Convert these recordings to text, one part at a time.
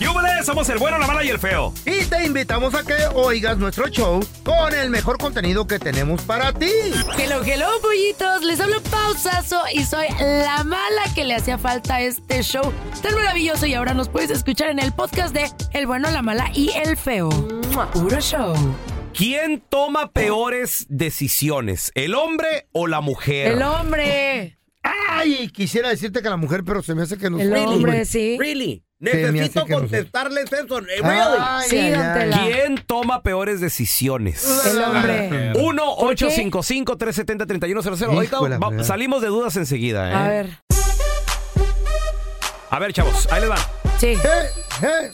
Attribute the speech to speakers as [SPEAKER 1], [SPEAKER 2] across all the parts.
[SPEAKER 1] ¡Yúbele! Somos el bueno, la mala y el feo.
[SPEAKER 2] Y te invitamos a que oigas nuestro show con el mejor contenido que tenemos para ti.
[SPEAKER 3] Hello, hello, pollitos. Les hablo pausazo y soy la mala que le hacía falta a este show tan maravilloso. Y ahora nos puedes escuchar en el podcast de El bueno, la mala y el feo. Puro show.
[SPEAKER 1] ¿Quién toma peores decisiones? ¿El hombre o la mujer?
[SPEAKER 3] El hombre.
[SPEAKER 2] Ay, quisiera decirte que la mujer, pero se me hace que no
[SPEAKER 3] El
[SPEAKER 2] soy.
[SPEAKER 3] hombre, sí.
[SPEAKER 1] Really?
[SPEAKER 2] me hace
[SPEAKER 1] Necesito
[SPEAKER 2] que no sé.
[SPEAKER 1] contestarles eso. eh,
[SPEAKER 2] Ay,
[SPEAKER 3] Sí,
[SPEAKER 2] ay,
[SPEAKER 3] don
[SPEAKER 2] ay.
[SPEAKER 3] Tela.
[SPEAKER 1] ¿Quién toma peores decisiones?
[SPEAKER 3] El hombre.
[SPEAKER 1] 1-855-370-3100. Ahorita
[SPEAKER 2] Híjole,
[SPEAKER 1] va-
[SPEAKER 2] Fred.
[SPEAKER 1] salimos de dudas enseguida. ¿eh?
[SPEAKER 3] A ver.
[SPEAKER 1] A ver, chavos, ahí les va.
[SPEAKER 3] Sí.
[SPEAKER 2] Eh, eh,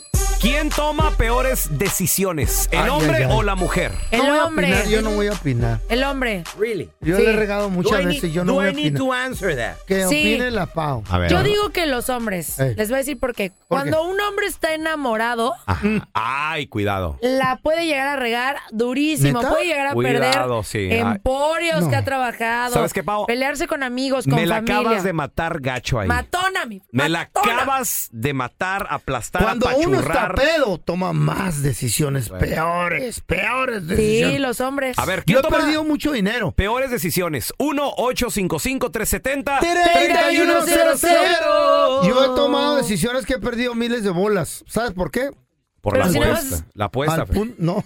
[SPEAKER 1] ¿Quién toma peores decisiones? ¿El
[SPEAKER 2] Ay,
[SPEAKER 1] hombre
[SPEAKER 2] ay, ay.
[SPEAKER 1] o la mujer?
[SPEAKER 2] no
[SPEAKER 3] El
[SPEAKER 2] voy a
[SPEAKER 3] hombre.
[SPEAKER 2] opinar, yo no voy a opinar.
[SPEAKER 3] El hombre.
[SPEAKER 1] Really?
[SPEAKER 2] Yo
[SPEAKER 3] Sí.
[SPEAKER 2] le he regado muchas veces yo no voy a opinar.
[SPEAKER 1] answer that?
[SPEAKER 2] Que
[SPEAKER 3] Sí.
[SPEAKER 2] opine la Pau.
[SPEAKER 1] A ver.
[SPEAKER 3] Yo digo que los hombres.
[SPEAKER 2] Ey.
[SPEAKER 3] Les voy a decir por qué.
[SPEAKER 2] ¿Por
[SPEAKER 3] Cuando un hombre está enamorado,
[SPEAKER 1] Ajá. Ay, cuidado.
[SPEAKER 3] la puede llegar a regar durísimo.
[SPEAKER 2] ¿Neta?
[SPEAKER 3] Puede llegar a
[SPEAKER 1] Cuidado,
[SPEAKER 3] perder
[SPEAKER 1] sí.
[SPEAKER 3] emporios
[SPEAKER 2] No.
[SPEAKER 3] que ha trabajado.
[SPEAKER 1] ¿Sabes qué, Pau?
[SPEAKER 3] Pelearse con amigos, con
[SPEAKER 1] Me la
[SPEAKER 3] familia.
[SPEAKER 1] acabas de matar gacho ahí.
[SPEAKER 3] Matona, mi.
[SPEAKER 1] Me la
[SPEAKER 3] matona.
[SPEAKER 1] acabas de matar, aplastar,
[SPEAKER 2] Cuando uno está
[SPEAKER 1] apachurrar.
[SPEAKER 2] pedo, toma más decisiones peores, peores decisiones.
[SPEAKER 3] Sí, los hombres.
[SPEAKER 1] A ver,
[SPEAKER 2] Yo
[SPEAKER 1] ¿quién
[SPEAKER 2] he
[SPEAKER 1] toma
[SPEAKER 2] perdido mucho dinero.
[SPEAKER 1] peores decisiones? 1-855-370.
[SPEAKER 3] 3100.
[SPEAKER 2] Yo he tomado decisiones que he perdido miles de bolas. ¿Sabes por qué?
[SPEAKER 1] Por
[SPEAKER 3] Pero
[SPEAKER 1] la
[SPEAKER 3] si no
[SPEAKER 1] apuesta.
[SPEAKER 3] vas-
[SPEAKER 1] La apuesta.
[SPEAKER 2] Al
[SPEAKER 1] fe.
[SPEAKER 2] pun- no.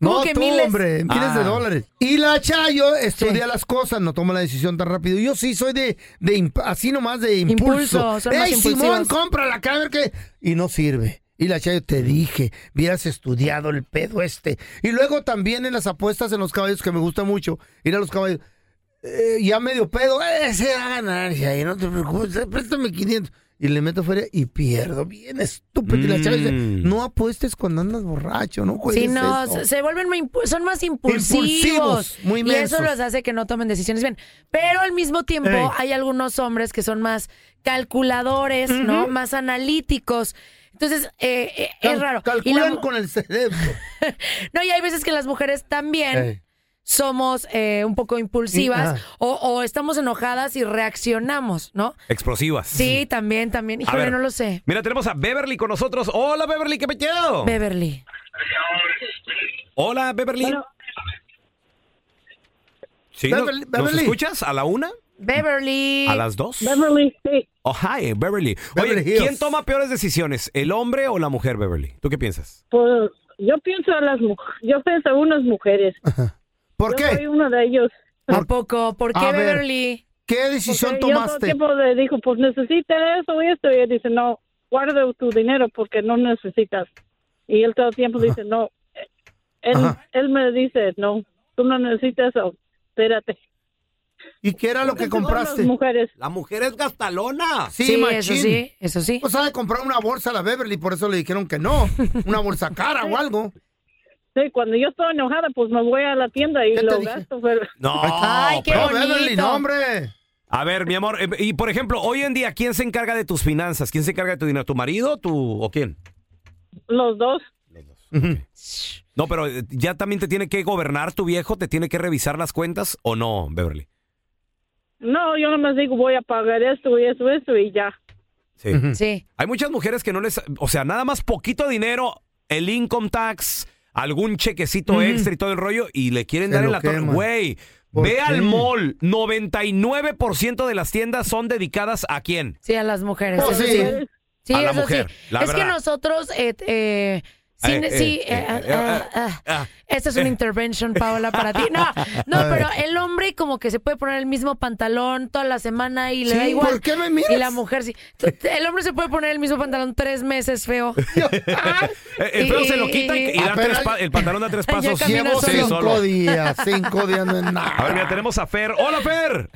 [SPEAKER 2] no,
[SPEAKER 3] que
[SPEAKER 2] tú,
[SPEAKER 3] miles?
[SPEAKER 2] hombre, miles
[SPEAKER 1] Ah.
[SPEAKER 2] de dólares. Y la Chayo estudia las cosas, no toma la decisión tan rápido. Yo sí soy de, de imp- así nomás de impulso.
[SPEAKER 3] Impulso, son más
[SPEAKER 2] ¡Ey, Simón,
[SPEAKER 3] impulsivos.
[SPEAKER 2] compra la cámara que... Y no sirve. Y la Chayo, te dije, hubieras estudiado el pedo este. Y luego también en las apuestas en los caballos, que me gusta mucho, ir a los caballos. eh, ya medio pedo, eh, se va a ganar, Chayo, no te preocupes, eh, préstame 500. Y le meto fuera y pierdo. Bien estúpido. Y la Chayo dice,
[SPEAKER 1] Mm.
[SPEAKER 2] no apuestes cuando andas borracho, no juegues
[SPEAKER 3] Sí, no,
[SPEAKER 2] eso.
[SPEAKER 3] se- se vuelven muy impu- son más impulsivos.
[SPEAKER 2] Impulsivos, muy
[SPEAKER 3] y eso
[SPEAKER 2] mensos.
[SPEAKER 3] los hace que no tomen decisiones bien. Pero al mismo tiempo
[SPEAKER 2] Ey.
[SPEAKER 3] hay algunos hombres que son más calculadores, ¿no? Más analíticos. Entonces, eh, eh, es
[SPEAKER 2] Cal-
[SPEAKER 3] raro. Y la
[SPEAKER 2] Calculan
[SPEAKER 3] mu-
[SPEAKER 2] con el cerebro.
[SPEAKER 3] No, y hay veces que las mujeres también
[SPEAKER 2] Ey.
[SPEAKER 3] somos eh, un poco impulsivas
[SPEAKER 2] Sí, ah.
[SPEAKER 3] o, o estamos enojadas y reaccionamos, ¿no?
[SPEAKER 1] Explosivas.
[SPEAKER 3] Sí, también, también.
[SPEAKER 1] A
[SPEAKER 3] Híjole,
[SPEAKER 1] ver.
[SPEAKER 3] no lo sé.
[SPEAKER 1] Mira, tenemos a Beverly con nosotros. Hola, Beverly, ¿qué peteado?
[SPEAKER 3] Beverly.
[SPEAKER 1] Hola, Beverly. Sí, ¿no-
[SPEAKER 2] Beverly,
[SPEAKER 1] ¿nos,
[SPEAKER 2] Beverly.
[SPEAKER 1] escuchas? ¿A la una?
[SPEAKER 3] Beverly.
[SPEAKER 1] ¿A las dos? Oh, hi, Beverly. Oye,
[SPEAKER 2] Beverly Hills.
[SPEAKER 1] ¿quién toma peores decisiones? ¿El hombre o la mujer, Beverly? ¿Tú qué piensas?
[SPEAKER 4] Pues yo pienso a las mujeres, yo pienso a unas mujeres.
[SPEAKER 2] ¿Por
[SPEAKER 4] Yo
[SPEAKER 2] qué?
[SPEAKER 4] soy uno de ellos.
[SPEAKER 3] ¿A poco? ¿Por qué,
[SPEAKER 2] A ver.
[SPEAKER 3] Beverly?
[SPEAKER 2] ¿Qué decisión
[SPEAKER 4] Porque Eh, Yo todo
[SPEAKER 2] tomaste?
[SPEAKER 4] el tiempo le dijo, pues necesita eso y esto. Y él dice, no, guarda tu dinero porque no necesitas. Y él todo el tiempo dice, no. eh, Él,
[SPEAKER 2] Ajá.
[SPEAKER 4] él me dice, no, tú no necesitas eso. Espérate.
[SPEAKER 2] ¿Y qué era lo que
[SPEAKER 4] Pienso a las
[SPEAKER 2] compraste?
[SPEAKER 4] mujeres.
[SPEAKER 1] La mujer es gastalona.
[SPEAKER 2] Sí,
[SPEAKER 3] eso
[SPEAKER 2] machín.
[SPEAKER 3] sí, eso sí.
[SPEAKER 1] Pues,
[SPEAKER 2] No sabe comprar una bolsa a la Beverly, por eso le dijeron que no. Una bolsa cara o algo.
[SPEAKER 4] Sí, cuando yo estoy enojada, pues me voy a la tienda y
[SPEAKER 2] ¿Qué te
[SPEAKER 4] lo
[SPEAKER 2] dije?
[SPEAKER 4] gasto. pero-
[SPEAKER 1] No,
[SPEAKER 3] Ay, qué
[SPEAKER 1] pero-
[SPEAKER 2] no, Beverly,
[SPEAKER 3] bonito.
[SPEAKER 2] no, hombre.
[SPEAKER 1] A ver, mi amor, eh, y por ejemplo, hoy en día, ¿quién se encarga de tus finanzas? ¿Quién se encarga de tu dinero? ¿Tu marido tu, o quién?
[SPEAKER 4] Los dos.
[SPEAKER 1] No, pero eh, ya también te tiene que gobernar tu viejo, te tiene que revisar las cuentas o no, Beverly.
[SPEAKER 4] No, yo nomás digo, voy a pagar esto y esto, esto y ya.
[SPEAKER 1] Sí.
[SPEAKER 3] Sí.
[SPEAKER 1] Hay muchas mujeres que no les, o sea, nada más poquito dinero, el income tax, algún chequecito extra y todo el rollo, y le quieren
[SPEAKER 2] Se
[SPEAKER 1] dar en
[SPEAKER 2] lo
[SPEAKER 1] la torre.
[SPEAKER 2] queman.
[SPEAKER 1] Güey,
[SPEAKER 2] ¿Por
[SPEAKER 1] ve
[SPEAKER 2] qué?
[SPEAKER 1] al mall, 99% de las tiendas son dedicadas a quién?
[SPEAKER 3] Sí, a las mujeres.
[SPEAKER 2] Oh,
[SPEAKER 3] eso
[SPEAKER 2] sí.
[SPEAKER 3] Sí,
[SPEAKER 1] A la
[SPEAKER 3] eso
[SPEAKER 1] mujer,
[SPEAKER 3] sí.
[SPEAKER 1] la
[SPEAKER 3] es que
[SPEAKER 1] verdad.
[SPEAKER 3] nosotros, eh, eh, sí,
[SPEAKER 1] Eh, eh,
[SPEAKER 3] sí, eh,
[SPEAKER 1] eh,
[SPEAKER 3] ah,
[SPEAKER 1] eh,
[SPEAKER 3] ah, ah.
[SPEAKER 1] ah,
[SPEAKER 3] Esta es una intervention, Paola, para ti. No, no, pero el hombre como que se puede poner el mismo pantalón toda la semana y le
[SPEAKER 2] Sí,
[SPEAKER 3] da igual.
[SPEAKER 2] ¿por qué me miras?
[SPEAKER 3] Y la mujer sí. El hombre se puede poner el mismo pantalón tres meses feo.
[SPEAKER 1] Eh, El feo se lo quitan y, y da
[SPEAKER 2] Ah, pero
[SPEAKER 1] tres
[SPEAKER 2] hay-
[SPEAKER 1] pa- el pantalón da tres
[SPEAKER 3] Ya
[SPEAKER 1] pasos.
[SPEAKER 3] camina
[SPEAKER 2] Llevo
[SPEAKER 1] Sí,
[SPEAKER 2] cinco
[SPEAKER 1] solo.
[SPEAKER 2] días, cinco días no es nada.
[SPEAKER 1] A ver, mira, tenemos a Fer. ¡Hola, Fer!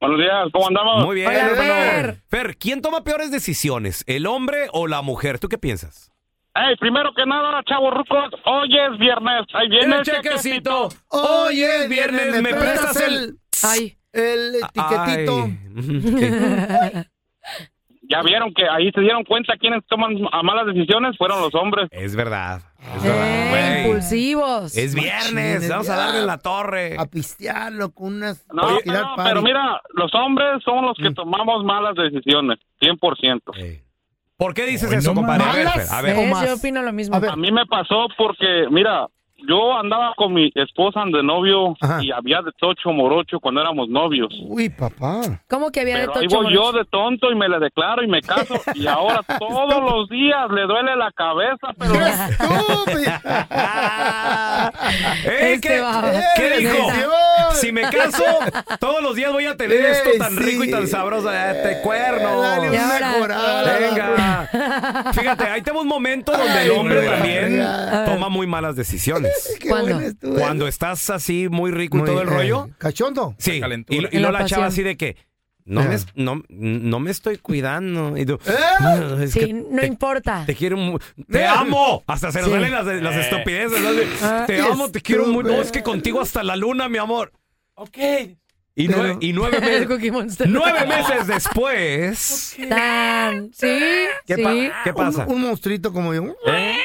[SPEAKER 5] Buenos días, ¿cómo andamos?
[SPEAKER 1] Muy bien,
[SPEAKER 3] Oh, Hola,
[SPEAKER 1] hermano.
[SPEAKER 3] Fer.
[SPEAKER 1] Fer, ¿quién toma peores decisiones, el hombre o la mujer? ¿Tú qué piensas?
[SPEAKER 5] Hey, primero que nada, chavos rucos, hoy es viernes. Ahí viene el chequecito.
[SPEAKER 2] Hoy es viernes, ¿me prestas el,
[SPEAKER 3] Ay,
[SPEAKER 2] el etiquetito?
[SPEAKER 1] Ay.
[SPEAKER 5] Ya vieron que ahí se dieron cuenta quienes toman a malas decisiones fueron los hombres.
[SPEAKER 1] Es verdad. Es
[SPEAKER 3] eh,
[SPEAKER 1] verdad. güey.
[SPEAKER 3] impulsivos.
[SPEAKER 1] Es viernes,
[SPEAKER 2] Machines,
[SPEAKER 1] vamos a
[SPEAKER 2] ya.
[SPEAKER 1] darle en la torre.
[SPEAKER 2] A pistearlo con unas...
[SPEAKER 5] No,
[SPEAKER 2] para tirar
[SPEAKER 5] no,
[SPEAKER 2] party.
[SPEAKER 5] pero mira, los hombres son los que tomamos malas decisiones, 100%.
[SPEAKER 1] Ey. ¿Por qué dices eso, compadre? A ver,
[SPEAKER 2] malas.
[SPEAKER 1] Fer, a ver.
[SPEAKER 2] o
[SPEAKER 3] ¿Ves?
[SPEAKER 2] más.
[SPEAKER 3] Yo opino lo mismo.
[SPEAKER 2] A ver.
[SPEAKER 5] A mí me pasó porque, mira, yo andaba con mi esposa de novio
[SPEAKER 2] Ajá.
[SPEAKER 5] y había de tocho morocho cuando éramos novios.
[SPEAKER 2] Uy, papá.
[SPEAKER 3] ¿Cómo que había de
[SPEAKER 5] Pero ahí
[SPEAKER 3] tocho
[SPEAKER 5] voy yo
[SPEAKER 3] morocho?
[SPEAKER 5] de tonto y me le declaro y me caso. Y ahora todos los días le duele la cabeza, pero...
[SPEAKER 1] Ey,
[SPEAKER 3] Este
[SPEAKER 1] ¿qué,
[SPEAKER 3] va.
[SPEAKER 1] qué
[SPEAKER 2] Ey,
[SPEAKER 1] dijo?
[SPEAKER 2] señor.
[SPEAKER 1] Si me caso, todos los días voy a tener
[SPEAKER 2] Ey,
[SPEAKER 1] esto tan
[SPEAKER 2] sí. Eh,
[SPEAKER 1] rico y tan sabroso. Este cuerno.
[SPEAKER 2] Dale
[SPEAKER 3] Y
[SPEAKER 2] una
[SPEAKER 3] ahora-
[SPEAKER 2] mejorada.
[SPEAKER 1] Venga. Fíjate, ahí tenemos un momento donde
[SPEAKER 2] Ay,
[SPEAKER 1] el hombre
[SPEAKER 2] güey.
[SPEAKER 1] también
[SPEAKER 2] Ay.
[SPEAKER 1] toma muy malas decisiones.
[SPEAKER 2] Qué
[SPEAKER 3] ¿Cuándo?
[SPEAKER 2] buena estuvo.
[SPEAKER 1] Cuando estás así muy rico y
[SPEAKER 2] Muy,
[SPEAKER 1] todo el
[SPEAKER 2] eh,
[SPEAKER 1] rollo.
[SPEAKER 2] ¿Cachondo?
[SPEAKER 1] Sí, y, y
[SPEAKER 3] En la
[SPEAKER 1] luego la
[SPEAKER 3] pasión.
[SPEAKER 1] chava así de que no
[SPEAKER 2] Ah.
[SPEAKER 1] me, es- no, no me estoy cuidando. Y tú,
[SPEAKER 2] Eh.
[SPEAKER 1] "Ah, es que
[SPEAKER 3] Sí, no
[SPEAKER 1] te,
[SPEAKER 3] importa.
[SPEAKER 1] te quiero mu- ¡Te amo! Hasta se nos
[SPEAKER 3] Sí.
[SPEAKER 1] salen las, las estupideces. ¿no? De, te
[SPEAKER 2] qué
[SPEAKER 1] amo, te quiero mucho. No,
[SPEAKER 2] Ah, estúpido.
[SPEAKER 1] es que contigo hasta la luna, mi amor. Ok. Y,
[SPEAKER 2] Pero-
[SPEAKER 1] nueve, y nueve
[SPEAKER 3] El
[SPEAKER 1] meses.
[SPEAKER 3] Cookie Monster.
[SPEAKER 1] nueve meses después.
[SPEAKER 3] Tan, sí,
[SPEAKER 1] ¿Qué,
[SPEAKER 3] sí.
[SPEAKER 1] pa- qué pasa?
[SPEAKER 2] Un, un monstruito como yo.
[SPEAKER 1] ¿Eh?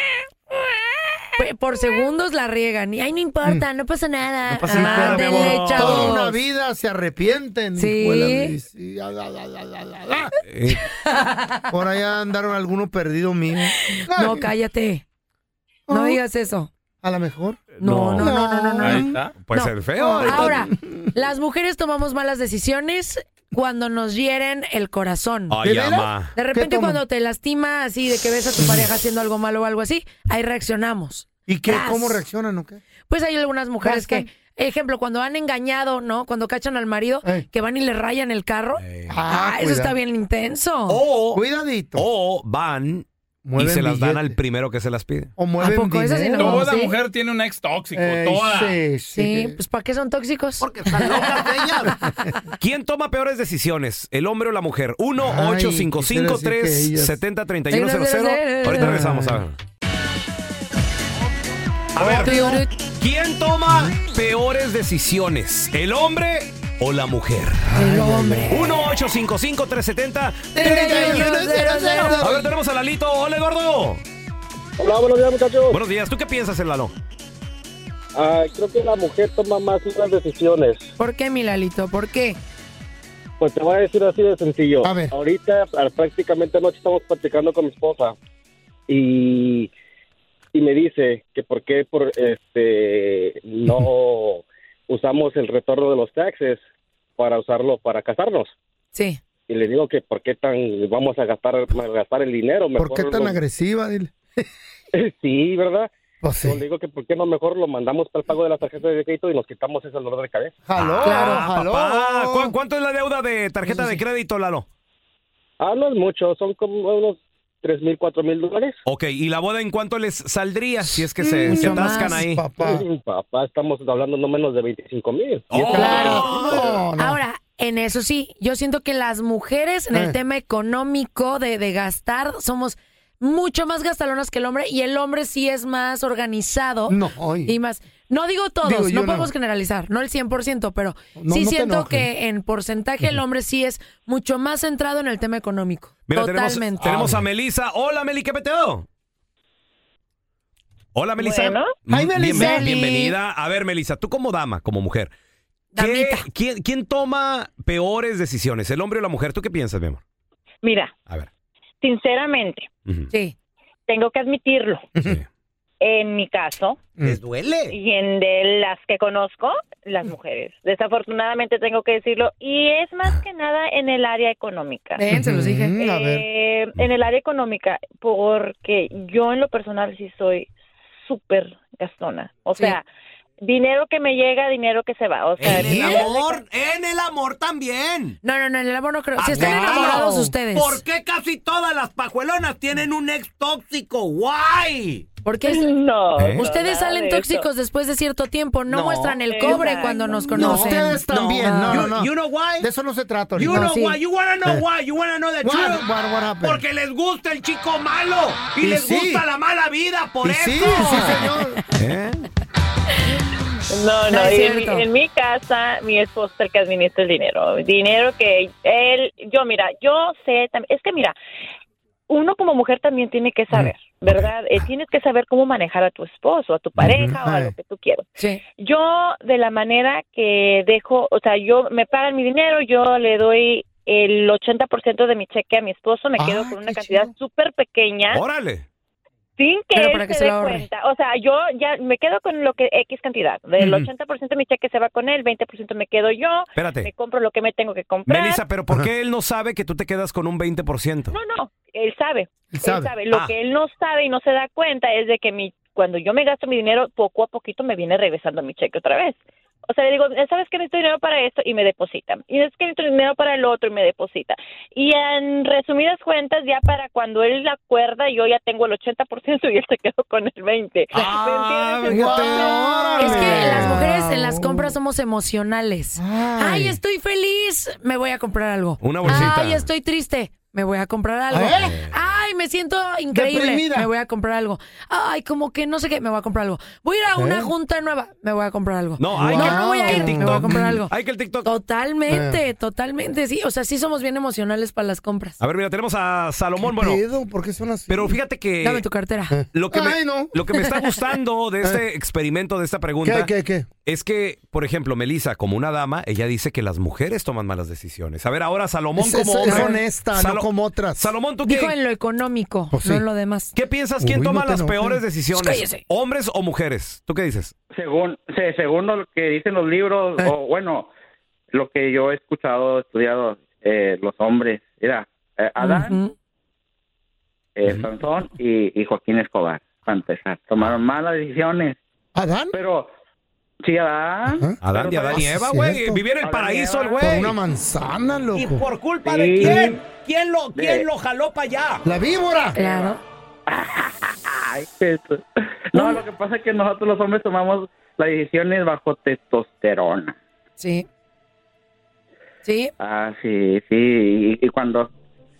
[SPEAKER 3] Pe- Por segundos la riegan. Y, ay, no importa, no pasa nada.
[SPEAKER 1] Mm. No pasa nada, mi
[SPEAKER 3] Ándele,
[SPEAKER 1] amor.
[SPEAKER 3] chavos.
[SPEAKER 2] Toda una vida se arrepienten.
[SPEAKER 3] Sí.
[SPEAKER 2] hijuela, y sí, ah, ah, ah, ah, ah,
[SPEAKER 1] Eh,
[SPEAKER 2] ah. Por allá andaron algunos perdidos míos.
[SPEAKER 3] No, cállate.
[SPEAKER 1] ¿Ah?
[SPEAKER 3] No digas eso.
[SPEAKER 2] A lo mejor.
[SPEAKER 3] No, no, no, no, no, no.
[SPEAKER 2] Ahí
[SPEAKER 1] ah, Puede
[SPEAKER 3] No.
[SPEAKER 1] ser feo.
[SPEAKER 2] Ah.
[SPEAKER 1] ahorita.
[SPEAKER 3] Ahora, las mujeres tomamos malas decisiones cuando nos hieren el corazón.
[SPEAKER 1] Ay,
[SPEAKER 2] ¿De veras?
[SPEAKER 1] ama.
[SPEAKER 3] De repente
[SPEAKER 2] toman?
[SPEAKER 3] cuando te lastima así de que ves a tu pareja haciendo algo malo o algo así, ahí reaccionamos.
[SPEAKER 2] ¿Y qué?
[SPEAKER 3] Tras.
[SPEAKER 2] ¿Cómo reaccionan o qué?
[SPEAKER 3] Pues hay algunas mujeres
[SPEAKER 2] Rascan.
[SPEAKER 3] que, ejemplo, cuando han engañado, ¿no? Cuando cachan al marido,
[SPEAKER 2] Ey.
[SPEAKER 3] que van y le rayan el carro. Ah, eso
[SPEAKER 2] cuidado.
[SPEAKER 3] está bien intenso.
[SPEAKER 1] O,
[SPEAKER 2] Cuidadito.
[SPEAKER 1] o van Oh. y
[SPEAKER 2] Mueven
[SPEAKER 1] se las dan
[SPEAKER 2] billete.
[SPEAKER 1] al primero que se las pide.
[SPEAKER 2] O mueven
[SPEAKER 3] poco? Esa sí
[SPEAKER 2] dinero.
[SPEAKER 3] no.
[SPEAKER 6] Toda
[SPEAKER 3] Sí.
[SPEAKER 6] mujer tiene un ex tóxico,
[SPEAKER 2] Ey,
[SPEAKER 6] toda.
[SPEAKER 2] sí, sí.
[SPEAKER 3] sí, pues ¿para qué son tóxicos?
[SPEAKER 2] Porque están locas ellas.
[SPEAKER 1] ¿Quién toma peores decisiones, el hombre o la mujer? 1
[SPEAKER 2] Ay,
[SPEAKER 1] 855 370 3100 Ahorita regresamos a ver. A ver, ¿quién toma peores decisiones, el hombre o la mujer?
[SPEAKER 3] El hombre.
[SPEAKER 1] 1 855 370 A ver, tenemos a Lalito. Hola, Eduardo.
[SPEAKER 7] Hola, buenos días, muchachos.
[SPEAKER 1] Buenos días. ¿Tú qué piensas, Lalo?
[SPEAKER 7] Ah, creo que la mujer toma más unas decisiones.
[SPEAKER 3] ¿Por qué, Milalito? ¿Por qué?
[SPEAKER 7] Pues te voy a decir así de sencillo.
[SPEAKER 2] A ver.
[SPEAKER 7] Ahorita, ah, prácticamente anoche estamos platicando con mi esposa y, y me dice que por qué por, este, no usamos el retorno de los taxes para usarlo para casarnos.
[SPEAKER 3] Sí.
[SPEAKER 7] Y le digo que por qué tan vamos a gastar, gastar el dinero.
[SPEAKER 2] ¿Por
[SPEAKER 7] mejor
[SPEAKER 2] qué tan
[SPEAKER 7] lo-
[SPEAKER 2] agresiva? Dile.
[SPEAKER 7] Sí, ¿verdad?
[SPEAKER 2] Pues
[SPEAKER 7] Yo
[SPEAKER 2] sí.
[SPEAKER 7] le digo que por qué no mejor lo mandamos para el pago de la tarjeta de crédito y nos quitamos ese dolor de cabeza.
[SPEAKER 2] Jaló,
[SPEAKER 1] Ah,
[SPEAKER 2] jaló.
[SPEAKER 1] papá. ¿Cu- ¿Cuánto es la deuda de tarjeta de crédito, Lalo?
[SPEAKER 7] Ah, no es mucho, son como unos tres mil, cuatro mil dólares.
[SPEAKER 1] Ok, ¿y la boda en cuánto les saldría si es que se, se
[SPEAKER 3] Mucho
[SPEAKER 1] atascan
[SPEAKER 3] más.
[SPEAKER 1] ahí?
[SPEAKER 2] Papá.
[SPEAKER 7] Mm, Papá, estamos hablando no menos de 25 mil.
[SPEAKER 1] Oh.
[SPEAKER 2] No, no.
[SPEAKER 3] Ahora, en eso sí, yo siento que las mujeres en el
[SPEAKER 2] Eh.
[SPEAKER 3] tema económico de, de gastar somos mucho más gastalonas que el hombre y el hombre sí es más organizado
[SPEAKER 2] No, oye.
[SPEAKER 3] y más. No digo todos,
[SPEAKER 6] Digo, yo
[SPEAKER 3] no
[SPEAKER 6] no.
[SPEAKER 3] podemos generalizar, no el 100%, pero
[SPEAKER 6] No,
[SPEAKER 3] sí
[SPEAKER 6] no te
[SPEAKER 3] siento
[SPEAKER 6] enojes.
[SPEAKER 3] que en porcentaje el hombre sí es mucho más centrado en el tema económico.
[SPEAKER 1] Mira, tenemos,
[SPEAKER 3] Totalmente.
[SPEAKER 1] tenemos a Melisa. Hola, Meli, ¿qué peteo? Hola, Melisa.
[SPEAKER 3] Bueno.
[SPEAKER 1] Mm,
[SPEAKER 3] Ay,
[SPEAKER 1] bienve-
[SPEAKER 3] Melisa. Meli.
[SPEAKER 1] bienvenida. A ver, Melisa, tú como dama, como mujer, ¿qué- quién, quién toma peores decisiones, el hombre o la mujer? ¿Tú qué piensas, mi amor?
[SPEAKER 8] Mira,
[SPEAKER 1] A ver.
[SPEAKER 8] sinceramente,
[SPEAKER 1] Ujú.
[SPEAKER 8] tengo que admitirlo. En mi caso.
[SPEAKER 1] ¿Les
[SPEAKER 8] duele? Y en de las que conozco, las mujeres. Desafortunadamente tengo que decirlo. Y es más que nada en el área económica.
[SPEAKER 3] Ven, se los dije.
[SPEAKER 6] Mm, a ver.
[SPEAKER 8] Eh, en el área económica, porque yo en lo personal sí soy súper gastona. O sea, dinero que me llega, dinero que se va. O sea,
[SPEAKER 1] El
[SPEAKER 8] hablar de-
[SPEAKER 1] amor, en el amor también.
[SPEAKER 3] No, no, no, en el amor no creo. Si
[SPEAKER 1] Ah,
[SPEAKER 3] están
[SPEAKER 1] wow.
[SPEAKER 3] enamorados ustedes.
[SPEAKER 1] ¿Por qué casi todas las pajuelonas tienen un ex tóxico? ¡Guay!
[SPEAKER 3] Porque es-
[SPEAKER 8] No.
[SPEAKER 1] ¿Eh?
[SPEAKER 3] Ustedes
[SPEAKER 8] nada
[SPEAKER 3] salen
[SPEAKER 8] de eso.
[SPEAKER 3] tóxicos después de cierto tiempo, no,
[SPEAKER 1] No.
[SPEAKER 3] muestran el cobre
[SPEAKER 8] Exacto.
[SPEAKER 3] cuando nos
[SPEAKER 2] No,
[SPEAKER 3] conocen.
[SPEAKER 2] ustedes también. No, no, no.
[SPEAKER 1] You know why?
[SPEAKER 2] De eso no se trata.
[SPEAKER 1] You
[SPEAKER 2] ahorita.
[SPEAKER 1] know
[SPEAKER 2] Sí.
[SPEAKER 1] why, you wanna know
[SPEAKER 2] Eh.
[SPEAKER 1] why, you wanna know the
[SPEAKER 2] What-
[SPEAKER 1] truth.
[SPEAKER 2] what- what happened?
[SPEAKER 1] Porque les gusta el chico malo y,
[SPEAKER 2] Y
[SPEAKER 1] les
[SPEAKER 2] sí.
[SPEAKER 1] gusta la mala vida, por
[SPEAKER 2] Y
[SPEAKER 1] eso.
[SPEAKER 2] sí, sí, señor.
[SPEAKER 8] No, no,
[SPEAKER 3] No, es
[SPEAKER 8] y en, mi,
[SPEAKER 3] cierto.
[SPEAKER 8] en mi casa mi esposo es el que administra el dinero, dinero que él, yo mira, yo sé, tam- es que mira, uno como mujer también tiene que saber, ¿verdad? Eh, tienes que saber cómo manejar a tu esposo, a tu pareja o a lo que tú quieras.
[SPEAKER 3] Sí.
[SPEAKER 8] Yo de la manera que dejo, o sea, yo me pagan mi dinero, yo le doy el 80% de mi cheque a mi esposo, me
[SPEAKER 2] Ah,
[SPEAKER 8] quedo con una
[SPEAKER 2] qué
[SPEAKER 8] cantidad
[SPEAKER 2] chido.
[SPEAKER 8] súper pequeña
[SPEAKER 1] Órale.
[SPEAKER 8] sin que
[SPEAKER 3] Pero
[SPEAKER 8] él
[SPEAKER 3] para que
[SPEAKER 8] se,
[SPEAKER 3] se
[SPEAKER 8] dé
[SPEAKER 3] lo ahorre.
[SPEAKER 8] cuenta. O sea, yo ya me quedo con lo que X cantidad. Del
[SPEAKER 1] Ujú.
[SPEAKER 8] 80% de mi cheque se va con él, 20% me quedo yo. Me
[SPEAKER 1] Espérate.
[SPEAKER 8] compro lo que me tengo que comprar.
[SPEAKER 1] Melissa, pero ¿por qué él no sabe que tú te quedas con un 20%?
[SPEAKER 8] No, no, él sabe. Él
[SPEAKER 2] sabe.
[SPEAKER 8] sabe. Lo
[SPEAKER 1] Ah.
[SPEAKER 8] que él no sabe y no se da cuenta es de que mi cuando yo me gasto mi dinero, poco a poquito me viene regresando mi cheque otra vez. O sea, le digo, ¿sabes que necesito dinero para esto? Y me depositan. Y es que necesito dinero para el otro y me deposita. Y en resumidas cuentas, ya para cuando él la acuerda, yo ya tengo el 80% y él se quedó con el 20%. ¿Me
[SPEAKER 1] Ah,
[SPEAKER 8] entiendes?
[SPEAKER 1] fíjate,
[SPEAKER 8] Entonces,
[SPEAKER 1] órale.
[SPEAKER 3] Es que
[SPEAKER 1] Wow.
[SPEAKER 3] las mujeres en las compras somos emocionales. Ay, estoy feliz, me voy a comprar algo.
[SPEAKER 1] Una bolsita.
[SPEAKER 3] Ay, estoy triste, me voy a comprar algo.
[SPEAKER 2] ¿Eh?
[SPEAKER 3] Ay, me siento increíble,
[SPEAKER 2] Deprimida.
[SPEAKER 3] me voy a comprar algo. Ay, como que no sé qué, me voy a comprar algo. Voy a ir a una junta nueva, me voy a comprar algo.
[SPEAKER 1] No, hay
[SPEAKER 3] no,
[SPEAKER 1] que-
[SPEAKER 3] no voy a
[SPEAKER 1] que
[SPEAKER 3] ir,
[SPEAKER 1] el
[SPEAKER 3] me voy a
[SPEAKER 1] TikTok.
[SPEAKER 3] comprar algo.
[SPEAKER 1] Hay que el TikTok.
[SPEAKER 3] Totalmente, totalmente, sí. O sea, sí somos bien emocionales para las compras.
[SPEAKER 1] A ver, mira, tenemos a Salomón.
[SPEAKER 2] ¿Qué
[SPEAKER 1] Bueno,
[SPEAKER 2] pedo? ¿Por qué son así?
[SPEAKER 1] pero fíjate que
[SPEAKER 3] Dame tu cartera.
[SPEAKER 1] lo que, me,
[SPEAKER 2] Ay, no.
[SPEAKER 1] lo que me está gustando de este experimento, de esta pregunta,
[SPEAKER 2] ¿Qué, qué, qué?
[SPEAKER 1] es que, por ejemplo, Melissa, como una dama, ella dice que las mujeres toman malas decisiones. A ver, ahora Salomón
[SPEAKER 2] Es-
[SPEAKER 1] como
[SPEAKER 2] es-
[SPEAKER 1] hombre.
[SPEAKER 2] es honesta, no como otras.
[SPEAKER 1] Salomón, ¿tú
[SPEAKER 3] Dijo
[SPEAKER 1] qué,
[SPEAKER 3] en lo económico,
[SPEAKER 2] Pues sí.
[SPEAKER 3] no en lo demás.
[SPEAKER 1] qué piensas? ¿Quién
[SPEAKER 2] Uy, no
[SPEAKER 1] toma
[SPEAKER 2] te
[SPEAKER 1] las
[SPEAKER 2] enojes.
[SPEAKER 1] peores
[SPEAKER 7] Pues
[SPEAKER 1] decisiones?
[SPEAKER 3] Cállese.
[SPEAKER 1] ¿Hombres o mujeres? ¿Tú qué dices?
[SPEAKER 7] Según, se- según lo que dicen los libros,
[SPEAKER 2] Eh.
[SPEAKER 7] o bueno, lo que yo he escuchado, estudiado, eh, los hombres, era eh, Adán,
[SPEAKER 3] Ujú.
[SPEAKER 7] eh, Sansón y, y Joaquín Escobar, para empezar. Tomaron malas decisiones,
[SPEAKER 2] ¿Adán?
[SPEAKER 7] pero sí, Adán,
[SPEAKER 2] Ajá.
[SPEAKER 1] Adán y Adán y
[SPEAKER 2] Ah, sí,
[SPEAKER 1] Eva, güey.
[SPEAKER 2] cierto.
[SPEAKER 1] Vivir el
[SPEAKER 7] Adán y
[SPEAKER 1] paraíso,
[SPEAKER 7] Eva.
[SPEAKER 1] el
[SPEAKER 2] Por
[SPEAKER 1] güey.
[SPEAKER 2] una manzana, loco.
[SPEAKER 1] culpa
[SPEAKER 7] Sí.
[SPEAKER 1] ¿Quién lo,
[SPEAKER 7] De-
[SPEAKER 1] jaló para allá?
[SPEAKER 2] La víbora.
[SPEAKER 3] Claro.
[SPEAKER 7] ay, Jesús. No, lo que pasa es que nosotros los hombres tomamos las decisiones bajo testosterona.
[SPEAKER 3] Sí. Sí.
[SPEAKER 7] Ah, sí, sí, y, y cuando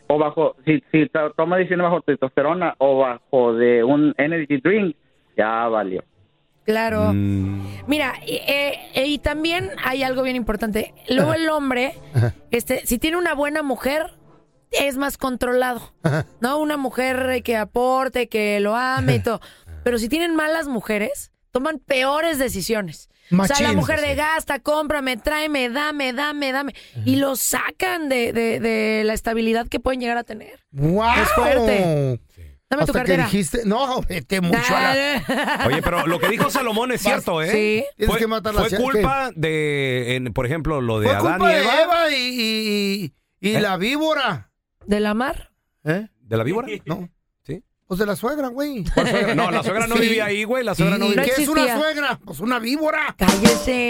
[SPEAKER 7] o bajo si si to- toma decisiones bajo testosterona o bajo de un energy drink, ya valió.
[SPEAKER 3] Claro.
[SPEAKER 1] Mm.
[SPEAKER 3] Mira, eh, eh, eh, y también hay algo bien importante. Luego el hombre, este, si tiene una buena mujer, es más controlado,
[SPEAKER 2] Ajá.
[SPEAKER 3] ¿no? Una mujer eh, que aporte, que lo ame y todo. Pero si tienen malas mujeres, toman peores decisiones. o sea, la
[SPEAKER 2] Machín.
[SPEAKER 3] mujer de gasta, cómprame, tráeme, dame, dame, dame. Y lo sacan de, de- de la estabilidad que pueden llegar a tener.
[SPEAKER 2] ¡Wow!
[SPEAKER 3] Es fuerte. Dame tu
[SPEAKER 2] Hasta que
[SPEAKER 3] cartera.
[SPEAKER 2] dijiste, no, vete mucho a la...
[SPEAKER 1] Oye, pero lo que dijo Salomón es cierto, ¿eh?
[SPEAKER 3] Sí.
[SPEAKER 2] Tienes
[SPEAKER 1] Fue,
[SPEAKER 2] que matar la
[SPEAKER 1] fue
[SPEAKER 2] cien-
[SPEAKER 1] culpa de, en- por ejemplo, lo de
[SPEAKER 2] Fue
[SPEAKER 1] Adán
[SPEAKER 2] culpa
[SPEAKER 1] y
[SPEAKER 2] de
[SPEAKER 1] Eva,
[SPEAKER 2] Eva y, y, y
[SPEAKER 1] ¿Eh?
[SPEAKER 2] la víbora.
[SPEAKER 3] ¿De la mar?
[SPEAKER 2] ¿Eh?
[SPEAKER 1] de la víbora.
[SPEAKER 2] No.
[SPEAKER 1] ¿Sí?
[SPEAKER 2] Pues de la suegra, güey.
[SPEAKER 1] ¿Cuál suegra? No, la suegra no
[SPEAKER 2] Sí.
[SPEAKER 1] vivía ahí, güey. La suegra no
[SPEAKER 2] ¿Y
[SPEAKER 1] vivía
[SPEAKER 2] qué es una
[SPEAKER 3] existía.
[SPEAKER 2] suegra? Pues una víbora.
[SPEAKER 3] Cállese.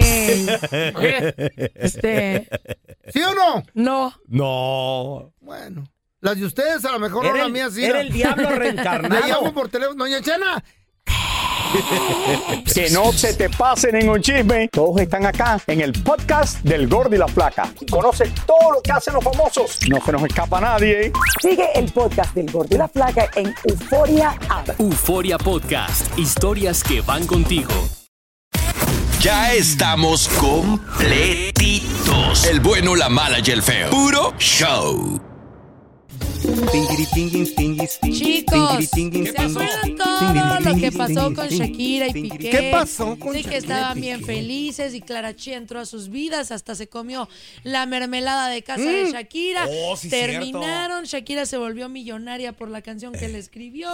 [SPEAKER 3] este.
[SPEAKER 2] ¿Sí o no?
[SPEAKER 3] No.
[SPEAKER 1] No.
[SPEAKER 2] Bueno. Las de ustedes a lo mejor no las mías sí.
[SPEAKER 1] era
[SPEAKER 2] ¿no?
[SPEAKER 1] el diablo
[SPEAKER 2] Le
[SPEAKER 1] reencarnado.
[SPEAKER 2] llamo por teléfono. Doña Chena,
[SPEAKER 9] Que no se te pase ningún chisme. Todos están acá en el podcast del Gordi y la Flaca. Conoce todo lo que hacen los famosos. No se nos escapa nadie.
[SPEAKER 10] Sigue el podcast del Gordo y la Flaca en Euforia App.
[SPEAKER 11] Euforia Podcast, historias que van contigo.
[SPEAKER 6] Ya estamos completitos. El bueno, la mala y el feo. Puro show.
[SPEAKER 3] Chicos, ¿se acuerdan todo lo que pasó con Shakira y Piqué?
[SPEAKER 2] ¿Qué pasó con
[SPEAKER 3] Sí, que
[SPEAKER 2] Shakira y
[SPEAKER 3] estaban bien
[SPEAKER 2] Piqué?
[SPEAKER 3] felices y Clara Chi entró a sus vidas, hasta se comió la mermelada de casa de
[SPEAKER 2] Mm.
[SPEAKER 3] Shakira.
[SPEAKER 2] Oh, sí,
[SPEAKER 3] Terminaron, Shakira se volvió millonaria por la canción que le escribió.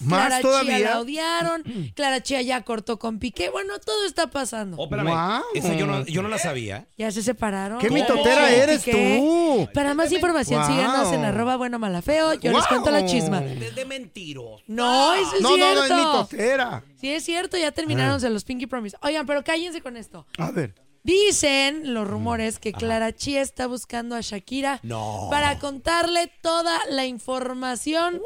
[SPEAKER 2] Más
[SPEAKER 3] Clara Chía
[SPEAKER 2] todavía. Mm.
[SPEAKER 3] la odiaron, Clara Chía ya cortó con Piqué. Bueno, todo está pasando.
[SPEAKER 1] Oh, Espérame, esa yo no, yo no la sabía.
[SPEAKER 3] Ya se separaron.
[SPEAKER 1] ¡Qué
[SPEAKER 3] Clara
[SPEAKER 1] mitotera
[SPEAKER 3] Chía y
[SPEAKER 1] eres
[SPEAKER 3] Piqué.
[SPEAKER 1] tú!
[SPEAKER 3] Para más información,
[SPEAKER 1] Wow.
[SPEAKER 3] síganos en arroba bueno malafeo. Yo les
[SPEAKER 1] Wow.
[SPEAKER 3] cuento la chisma.
[SPEAKER 1] de mentiroso.
[SPEAKER 3] No, eso es
[SPEAKER 2] No, no, no,
[SPEAKER 3] cierto.
[SPEAKER 2] es mitotera.
[SPEAKER 3] Sí, es cierto, ya terminaron de los Pinky Promise. Oigan, pero cállense con esto.
[SPEAKER 2] A ver.
[SPEAKER 3] Dicen los rumores que Clara Chía está buscando a Shakira
[SPEAKER 2] No.
[SPEAKER 3] para contarle toda la información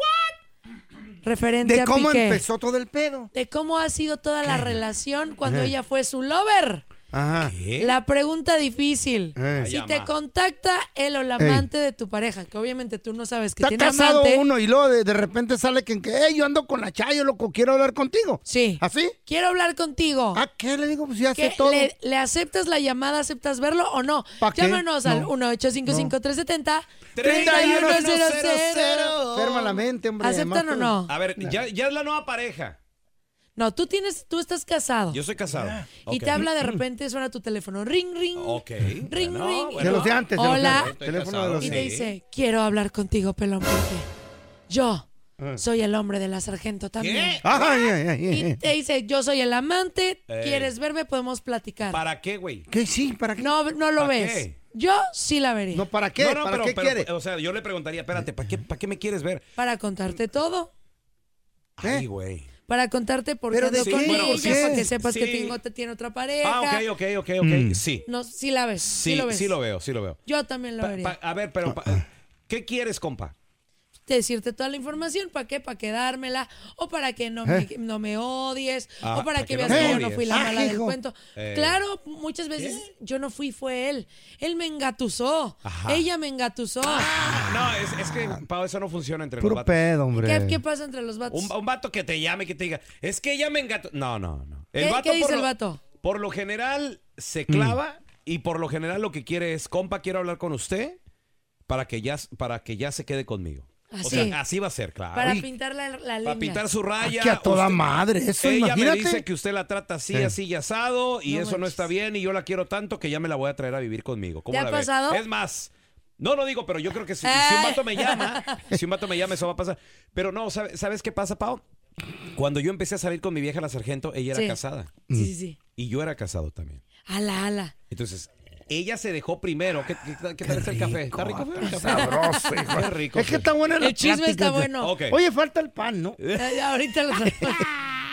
[SPEAKER 3] referente
[SPEAKER 2] ¿De
[SPEAKER 3] a
[SPEAKER 2] cómo
[SPEAKER 3] Piqué.
[SPEAKER 2] empezó todo el pedo?
[SPEAKER 3] De cómo ha sido toda la relación cuando
[SPEAKER 2] Ajá.
[SPEAKER 3] ella fue su lover.
[SPEAKER 2] Ajá.
[SPEAKER 3] La pregunta difícil.
[SPEAKER 2] Eh.
[SPEAKER 3] Si
[SPEAKER 2] Llama.
[SPEAKER 3] te contacta él o la
[SPEAKER 2] Ey.
[SPEAKER 3] amante de tu pareja, que obviamente tú no sabes que
[SPEAKER 2] Está
[SPEAKER 3] tiene
[SPEAKER 2] casado
[SPEAKER 3] amante.
[SPEAKER 2] uno y luego de, de repente sale que, que "Ey, yo ando con la chayo, loco, quiero hablar contigo.
[SPEAKER 3] Sí.
[SPEAKER 2] ¿Así?
[SPEAKER 3] Quiero hablar contigo.
[SPEAKER 2] ¿A qué le digo? Pues ya
[SPEAKER 3] ¿Qué?
[SPEAKER 2] sé todo.
[SPEAKER 3] ¿Le, le aceptas la llamada? ¿Aceptas verlo o no?
[SPEAKER 2] qué?
[SPEAKER 3] Llámanos al
[SPEAKER 2] No.
[SPEAKER 3] 1-855-370.
[SPEAKER 2] 3100. Ferma la mente, hombre.
[SPEAKER 3] ¿Aceptan o no?
[SPEAKER 1] A ver, ya, ya es la nueva pareja.
[SPEAKER 3] No, tú tienes, tú estás casado.
[SPEAKER 1] Yo soy casado.
[SPEAKER 3] Y te habla de repente, suena tu teléfono. Ring, ring.
[SPEAKER 1] Ok.
[SPEAKER 3] Ring,
[SPEAKER 1] Bueno,
[SPEAKER 3] ring.
[SPEAKER 1] bueno. De los de antes, de los de
[SPEAKER 3] Hola.
[SPEAKER 1] antes. Teléfono de los
[SPEAKER 3] y te
[SPEAKER 1] de-
[SPEAKER 3] dice, quiero hablar contigo, pelón, porque yo
[SPEAKER 2] Ah.
[SPEAKER 3] soy el hombre de la sargento también.
[SPEAKER 2] Ajá, ya, ya, ya,
[SPEAKER 3] Y
[SPEAKER 2] ya.
[SPEAKER 3] te dice, yo soy el amante,
[SPEAKER 1] Ey.
[SPEAKER 3] ¿quieres verme? Podemos platicar.
[SPEAKER 1] ¿Para qué, güey?
[SPEAKER 2] ¿Qué sí? ¿Para qué?
[SPEAKER 3] No, no lo
[SPEAKER 1] ¿Para
[SPEAKER 3] ves.
[SPEAKER 1] qué?
[SPEAKER 3] Yo sí la vería. No,
[SPEAKER 2] ¿para
[SPEAKER 1] No, no, pero, pero, O sea, yo le preguntaría, espérate, ¿para qué, para qué me quieres ver?
[SPEAKER 2] ¿Eh?
[SPEAKER 3] Para contarte todo.
[SPEAKER 1] Ay, güey.
[SPEAKER 3] Para contarte por qué
[SPEAKER 1] ¿Pero
[SPEAKER 3] ando
[SPEAKER 1] de
[SPEAKER 3] con
[SPEAKER 1] qué?
[SPEAKER 3] ella,
[SPEAKER 1] Bueno, sí,
[SPEAKER 3] para que
[SPEAKER 1] sí.
[SPEAKER 3] sepas que
[SPEAKER 1] Sí.
[SPEAKER 3] tengo, te tiene otra pareja.
[SPEAKER 1] Ah, ok, ok, ok, ok.
[SPEAKER 2] Mm.
[SPEAKER 1] Sí.
[SPEAKER 3] No, sí la ves. Sí,
[SPEAKER 1] Sí,
[SPEAKER 3] lo ves.
[SPEAKER 1] sí lo veo, sí lo veo.
[SPEAKER 3] Yo también lo
[SPEAKER 1] Pa-
[SPEAKER 3] vería.
[SPEAKER 1] pa- a ver, pero pa-
[SPEAKER 2] Ah.
[SPEAKER 1] ¿qué quieres, compa?
[SPEAKER 3] decirte toda la información. ¿Para qué? Para quedármela. O para que no, me, no me odies.
[SPEAKER 1] Ah,
[SPEAKER 3] o para,
[SPEAKER 1] para
[SPEAKER 3] que
[SPEAKER 1] que
[SPEAKER 3] veas
[SPEAKER 1] no me
[SPEAKER 3] que yo no
[SPEAKER 1] odies.
[SPEAKER 3] fui la
[SPEAKER 1] Eh. Ah,
[SPEAKER 3] mala del
[SPEAKER 1] hijo.
[SPEAKER 3] cuento.
[SPEAKER 1] Eh.
[SPEAKER 3] Claro, muchas veces yo no fui, fue él. Él me engatusó.
[SPEAKER 1] Ajá. Ah.
[SPEAKER 3] Ella me engatusó.
[SPEAKER 1] No, es, es que, Pau, eso no funciona entre
[SPEAKER 2] Ah. Puro
[SPEAKER 1] los vatos.
[SPEAKER 2] pedo,
[SPEAKER 3] ¿Qué,
[SPEAKER 2] hombre.
[SPEAKER 3] qué pasa entre los vatos?
[SPEAKER 1] Un, un vato que te llame, que te diga, es que ella me engato. No, no, no.
[SPEAKER 3] ¿Qué- qué
[SPEAKER 1] por
[SPEAKER 3] dice el
[SPEAKER 1] lo-
[SPEAKER 3] vato?
[SPEAKER 1] Por lo general
[SPEAKER 2] Mm.
[SPEAKER 1] se clava y por lo general lo que quiere es, compa, quiero hablar con usted para que ya, para que ya se quede conmigo.
[SPEAKER 3] Así.
[SPEAKER 1] O sea, así va a ser, claro.
[SPEAKER 3] Para
[SPEAKER 1] Uy,
[SPEAKER 3] pintar la, la línea.
[SPEAKER 1] para pintar su raya.
[SPEAKER 2] que a toda madre, eso,
[SPEAKER 1] Ah, Ella
[SPEAKER 2] imagínate.
[SPEAKER 1] me dice que usted la trata así,
[SPEAKER 2] Sí.
[SPEAKER 1] así y asado, y
[SPEAKER 3] No
[SPEAKER 1] eso no está bien, y yo la quiero tanto que ya me la voy a traer a vivir conmigo. ¿Cómo
[SPEAKER 3] ¿Te ha
[SPEAKER 1] la ve?
[SPEAKER 3] pasado?
[SPEAKER 1] Es más, no lo digo, pero yo creo que si, si un
[SPEAKER 3] Ah.
[SPEAKER 1] vato me llama, si un vato me llama, eso va a pasar. Pero no, ¿sabe- ¿sabes qué pasa, Pau? Cuando yo empecé a salir con mi vieja, la sargento, ella era
[SPEAKER 3] Sí.
[SPEAKER 1] casada.
[SPEAKER 3] Sí, sí, sí.
[SPEAKER 1] Y yo era casado también.
[SPEAKER 3] Ala, ala.
[SPEAKER 1] Entonces, ella se dejó primero. ¿Qué, qué, qué tal está el café? ¿Está rico? el café?
[SPEAKER 2] ah, Sabroso, hijo.
[SPEAKER 1] Qué rico.
[SPEAKER 2] Es que está buena la
[SPEAKER 3] El chisme
[SPEAKER 2] plática.
[SPEAKER 3] está bueno.
[SPEAKER 1] Ok.
[SPEAKER 2] Oye, falta el pan, ¿no?
[SPEAKER 1] Eh,
[SPEAKER 3] Ay, Ahorita lo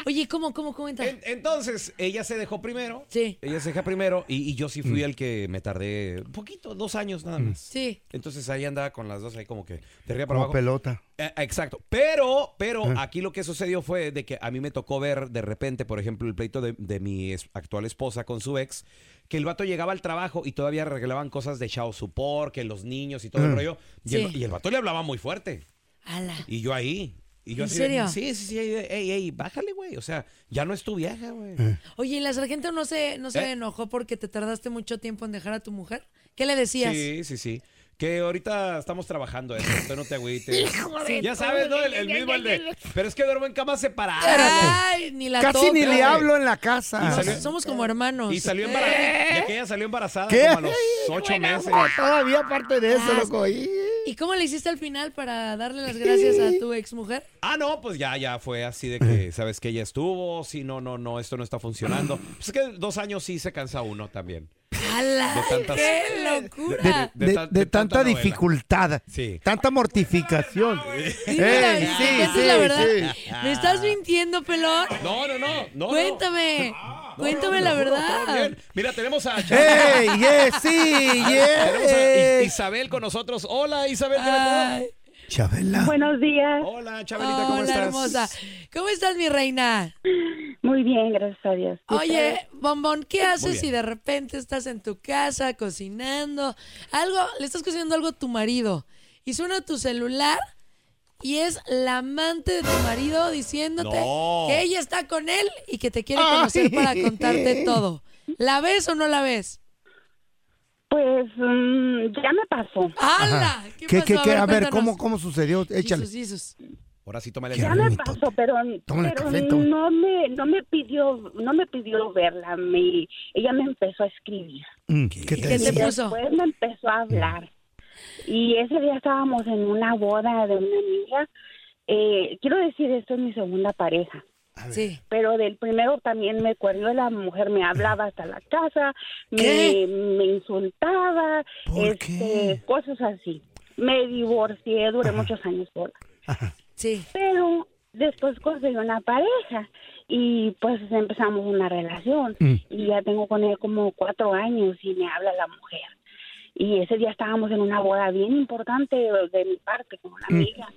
[SPEAKER 3] Oye, ¿cómo, cómo, cómo entra?
[SPEAKER 1] Entonces, ella se dejó primero.
[SPEAKER 3] Sí.
[SPEAKER 1] Ella se deja primero y, y yo sí
[SPEAKER 2] Mm.
[SPEAKER 1] fui el que me tardé un poquito, dos años nada más.
[SPEAKER 3] Sí.
[SPEAKER 1] Entonces ahí andaba con las dos ahí como que de arriba para
[SPEAKER 2] Como
[SPEAKER 1] abajo.
[SPEAKER 2] pelota.
[SPEAKER 1] Eh, exacto. Pero, pero aquí lo que sucedió fue de que a mí me tocó ver de repente, por ejemplo, el pleito de, de mi es- actual esposa con su ex, que el vato llegaba al trabajo y todavía arreglaban cosas de Chao Supor, que los niños y todo el
[SPEAKER 2] Mm.
[SPEAKER 1] rollo. Y, el,
[SPEAKER 3] Sí.
[SPEAKER 1] y el vato le hablaba muy fuerte.
[SPEAKER 3] Ala.
[SPEAKER 1] Y yo ahí. Y yo
[SPEAKER 3] ¿En
[SPEAKER 1] así de,
[SPEAKER 3] serio?
[SPEAKER 1] sí, sí, sí. Ey, ey, bájale, güey. O sea, ya no es tu vieja, güey.
[SPEAKER 3] Oye, ¿y la sargento no se, no se
[SPEAKER 1] ¿Eh?
[SPEAKER 3] enojó porque te tardaste mucho tiempo en dejar a tu mujer? ¿Qué le decías?
[SPEAKER 1] Sí, sí, sí. Que ahorita estamos trabajando eso, entonces no te agüites.
[SPEAKER 3] de
[SPEAKER 1] ya
[SPEAKER 3] tu-
[SPEAKER 1] sabes, ¿no? El, el mismo el de. Pero es que duermo en camas separadas.
[SPEAKER 3] Ay, ni la
[SPEAKER 2] Casi ni
[SPEAKER 3] toca,
[SPEAKER 2] le
[SPEAKER 3] güey.
[SPEAKER 2] hablo en la casa.
[SPEAKER 3] No, somos como hermanos.
[SPEAKER 1] Y salió embarazada. Ya que ella salió embarazada
[SPEAKER 2] ¿Qué?
[SPEAKER 1] como a los ocho meses.
[SPEAKER 2] Todavía aparte de eso, loco. y-
[SPEAKER 3] ¿Y cómo le hiciste al final para darle las gracias a tu ex mujer?
[SPEAKER 1] Ah, no, pues ya, ya fue así de que, ¿sabes que Ella estuvo, sí, no, no, no, esto no está funcionando. Pues es que dos años sí se cansa uno también.
[SPEAKER 3] ¡Ala!
[SPEAKER 1] De tantas-
[SPEAKER 3] ¡Qué locura!
[SPEAKER 1] de-
[SPEAKER 2] De,
[SPEAKER 1] tan-
[SPEAKER 2] de
[SPEAKER 1] de tanta
[SPEAKER 2] tanta
[SPEAKER 1] novela.
[SPEAKER 2] dificultad, tanta mortificación.
[SPEAKER 3] Dime la-
[SPEAKER 2] Ey,
[SPEAKER 3] si me cuentas la verdad. ¿Me estás mintiendo, pelón?
[SPEAKER 1] No, no, no, no. Ah,
[SPEAKER 3] Cuéntame. Cuéntame la verdad.
[SPEAKER 1] Mira, tenemos a.
[SPEAKER 2] ¡Ey, yes, sí,
[SPEAKER 1] Tenemos a I-
[SPEAKER 2] yes!
[SPEAKER 1] Isabel con nosotros. Hola, Isabel. ¿qué tal?
[SPEAKER 2] Chabela.
[SPEAKER 11] Buenos días.
[SPEAKER 1] Hola, Chabelita, ¿cómo
[SPEAKER 3] Hola,
[SPEAKER 1] estás?
[SPEAKER 3] hermosa. ¿Cómo estás, mi reina?
[SPEAKER 11] Muy bien, gracias a Dios. ¿Y
[SPEAKER 3] Oye,
[SPEAKER 11] ustedes?
[SPEAKER 3] Bombón, ¿qué haces
[SPEAKER 11] bien.
[SPEAKER 3] si de repente estás en tu casa cocinando? Algo, le estás cocinando algo a tu marido y suena tu celular y es la amante de tu marido diciéndote
[SPEAKER 1] No.
[SPEAKER 3] que ella está con él y que te quiere
[SPEAKER 2] Ay.
[SPEAKER 3] conocer para contarte todo. ¿La ves o no la ves?
[SPEAKER 11] Pues mm, ya me pasó.
[SPEAKER 2] Ajá. ¿Qué, qué, qué? A ver, ¿cómo, ¿cómo sucedió? Échale.
[SPEAKER 1] Ahora sí, tómale
[SPEAKER 11] Ya me pasó, pero,
[SPEAKER 2] Tómale
[SPEAKER 11] pero
[SPEAKER 2] café, toma.
[SPEAKER 11] no me no me pidió no me pidió verla, me, ella me empezó a escribir.
[SPEAKER 2] Mm, ¿Qué te
[SPEAKER 11] Y
[SPEAKER 2] decía?
[SPEAKER 11] Después me empezó a hablar. Y ese día estábamos en una boda de una amiga. Eh, quiero decir, esto es mi segunda pareja.
[SPEAKER 3] Sí.
[SPEAKER 11] Pero del primero también me cuerdió la mujer, me hablaba hasta la casa, me,
[SPEAKER 3] ¿Qué?
[SPEAKER 11] me insultaba, este, cosas así. Me divorcié, duré muchos años sola.
[SPEAKER 3] Sí.
[SPEAKER 11] Pero después conseguí una pareja y pues empezamos una relación
[SPEAKER 12] Mm.
[SPEAKER 11] y ya tengo con él como cuatro años y me habla la mujer. Y ese día estábamos en una boda bien importante de mi parte con una amiga.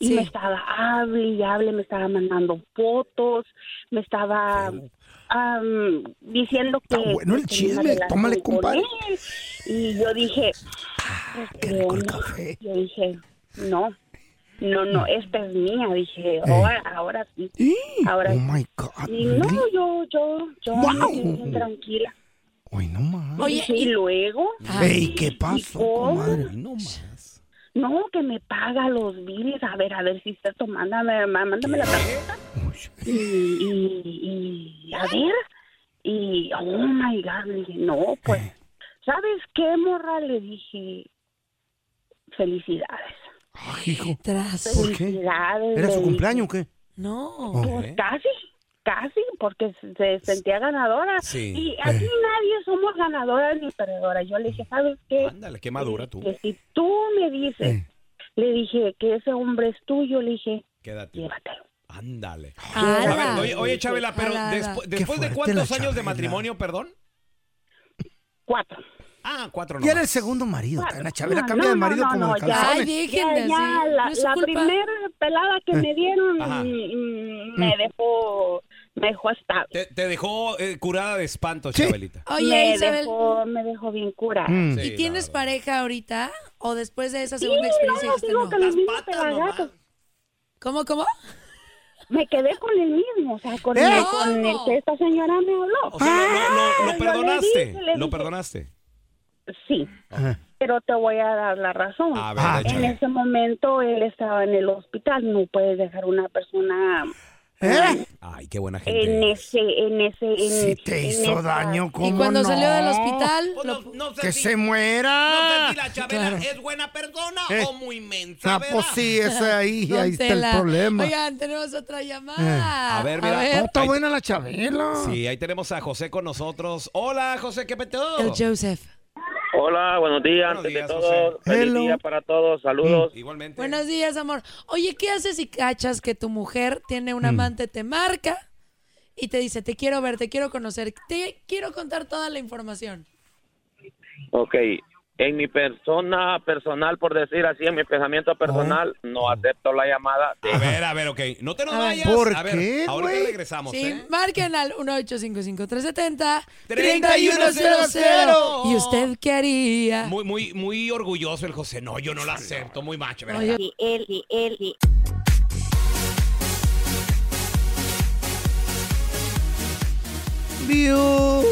[SPEAKER 11] Y me estaba, hable y hable, me estaba mandando fotos, me estaba am, diciendo que...
[SPEAKER 2] bueno el
[SPEAKER 11] que tenía una
[SPEAKER 2] chisme,
[SPEAKER 11] relación
[SPEAKER 2] tómale,
[SPEAKER 11] con
[SPEAKER 2] compadre. Ah,
[SPEAKER 11] él. Y yo dije, pues, yo no. Yo dije, no, no, no,
[SPEAKER 2] Mm.
[SPEAKER 11] esta es mía,
[SPEAKER 2] Eh.
[SPEAKER 11] dije, ahora, ahora sí. Ahora
[SPEAKER 2] Oh
[SPEAKER 11] sí. Y
[SPEAKER 2] Mm.
[SPEAKER 11] no, yo, yo, yo me quedé bien tranquila.
[SPEAKER 3] Oye,
[SPEAKER 11] Dije, y luego.
[SPEAKER 2] Ey, ¿qué pasó,
[SPEAKER 11] Ah, cómo?
[SPEAKER 2] comadre?
[SPEAKER 11] No, que me paga los biles. A ver, a ver si está tomando. Mándame, má- mándame la tarjeta. Y, y, y, a ver. Y, oh my God, le dije, no, pues. ¿Sabes qué, morra? Le dije, felicidades.
[SPEAKER 2] hijo.
[SPEAKER 3] Tras.
[SPEAKER 2] ¿Por qué?
[SPEAKER 11] Felicidades.
[SPEAKER 2] ¿Era su
[SPEAKER 11] le dije.
[SPEAKER 2] cumpleaños o qué?
[SPEAKER 3] No.
[SPEAKER 11] Pues
[SPEAKER 1] ¿Eh?
[SPEAKER 11] casi, casi, porque se- se sentía ganadora.
[SPEAKER 1] Sí.
[SPEAKER 11] Y aquí
[SPEAKER 1] Eh.
[SPEAKER 11] nadie somos ganadoras ni perdedoras. Yo le dije, ¿sabes qué?
[SPEAKER 1] Ándale, qué madura tú. Eh.
[SPEAKER 11] Que si tú me dices, le dije que ese hombre es tuyo, le dije,
[SPEAKER 1] Quédate.
[SPEAKER 11] llévatelo.
[SPEAKER 1] Ándale.
[SPEAKER 11] Ala.
[SPEAKER 1] A ver, oye, oye, Chabela, pero
[SPEAKER 11] Ala, ala.
[SPEAKER 1] despu-
[SPEAKER 11] Qué
[SPEAKER 1] después de
[SPEAKER 11] fuerte
[SPEAKER 1] cuántos
[SPEAKER 11] la
[SPEAKER 1] años de
[SPEAKER 11] Chabela.
[SPEAKER 1] matrimonio, perdón?
[SPEAKER 11] Cuatro.
[SPEAKER 1] Ah, cuatro no.
[SPEAKER 2] Y era el segundo marido. La Chabela
[SPEAKER 11] No,
[SPEAKER 2] cambia de
[SPEAKER 11] no,
[SPEAKER 2] marido
[SPEAKER 11] no,
[SPEAKER 2] como
[SPEAKER 11] no,
[SPEAKER 2] de
[SPEAKER 11] ya,
[SPEAKER 2] calzones.
[SPEAKER 11] ya,
[SPEAKER 3] déjenme,
[SPEAKER 11] ya,
[SPEAKER 3] sí,
[SPEAKER 11] la,
[SPEAKER 3] no es su
[SPEAKER 11] la
[SPEAKER 3] culpa.
[SPEAKER 11] primera pelada que me dieron
[SPEAKER 1] Ajá.
[SPEAKER 11] mm, me dejó me dejó estable.
[SPEAKER 1] Te, te dejó eh, curada de espanto, Chabelita.
[SPEAKER 3] Oye,
[SPEAKER 11] me
[SPEAKER 3] Isabel.
[SPEAKER 11] dejó, me dejó bien curada.
[SPEAKER 1] Mm.
[SPEAKER 3] ¿Y
[SPEAKER 1] Sí,
[SPEAKER 3] tienes pareja ahorita o después de esa
[SPEAKER 11] Sí,
[SPEAKER 3] segunda experiencia
[SPEAKER 11] no,
[SPEAKER 3] dijiste
[SPEAKER 11] digo
[SPEAKER 3] no?
[SPEAKER 11] que los mismos pelagatos.
[SPEAKER 3] ¿Cómo, cómo?
[SPEAKER 11] Me quedé con el mismo, o sea, con,
[SPEAKER 3] ¿Eh?
[SPEAKER 11] el, con el que esta señora me habló.
[SPEAKER 1] O sea, lo, lo- lo
[SPEAKER 11] Ah, yo le
[SPEAKER 1] perdonaste.
[SPEAKER 11] dije, le
[SPEAKER 1] Lo
[SPEAKER 11] dije,
[SPEAKER 1] perdonaste.
[SPEAKER 11] Sí, pero te voy a dar la razón.
[SPEAKER 1] A ver, Ah, échale.
[SPEAKER 11] en ese momento él estaba en el hospital, no puedes dejar una persona
[SPEAKER 2] ¿Eh?
[SPEAKER 1] Ay, qué buena gente. Pues
[SPEAKER 11] en ese, en ese, en,
[SPEAKER 2] Si te
[SPEAKER 11] en
[SPEAKER 2] hizo
[SPEAKER 11] esa-
[SPEAKER 2] daño, ¿cómo
[SPEAKER 3] y cuando
[SPEAKER 2] no?
[SPEAKER 3] salió del hospital,
[SPEAKER 2] ¡Que se muera! Claro.
[SPEAKER 1] buena persona
[SPEAKER 2] Eh.
[SPEAKER 1] muy mensa.
[SPEAKER 2] Ah, pues sí, ese ahí,
[SPEAKER 3] Don
[SPEAKER 2] ahí está el
[SPEAKER 3] Tela.
[SPEAKER 2] problema.
[SPEAKER 3] Oigan, tenemos otra
[SPEAKER 2] Eh.
[SPEAKER 3] llamada.
[SPEAKER 1] A ver, mira.
[SPEAKER 3] eh,
[SPEAKER 2] No, está buena la Chabela.
[SPEAKER 1] Sí, ahí tenemos a José con nosotros. Hola, José, ¿qué peteo?
[SPEAKER 3] El Joseph.
[SPEAKER 13] Hola, buenos días. Antes de todo, feliz día para todos. Saludos.
[SPEAKER 1] Igualmente.
[SPEAKER 3] Buenos días, amor. Oye, ¿qué haces si cachas que tu mujer tiene
[SPEAKER 1] Mm.
[SPEAKER 3] un amante, te marca y te dice, te quiero ver, te quiero conocer, te quiero contar toda la información?
[SPEAKER 13] Ok. En mi persona personal, por decir así, en mi pensamiento personal, no acepto la llamada.
[SPEAKER 1] A ver, a ver, ok. No te nos vayas.
[SPEAKER 13] ¿Por
[SPEAKER 1] a ver,
[SPEAKER 13] qué,
[SPEAKER 1] Ahorita
[SPEAKER 13] güey?
[SPEAKER 1] regresamos,
[SPEAKER 3] Sí,
[SPEAKER 1] ¿eh?
[SPEAKER 3] marquen al 1855-370-3100.
[SPEAKER 1] 3100.
[SPEAKER 3] ¿Y usted qué haría?
[SPEAKER 1] Muy, muy, muy orgulloso el José. No, yo no lo acepto. Muy macho. ¿verdad?
[SPEAKER 3] Oye,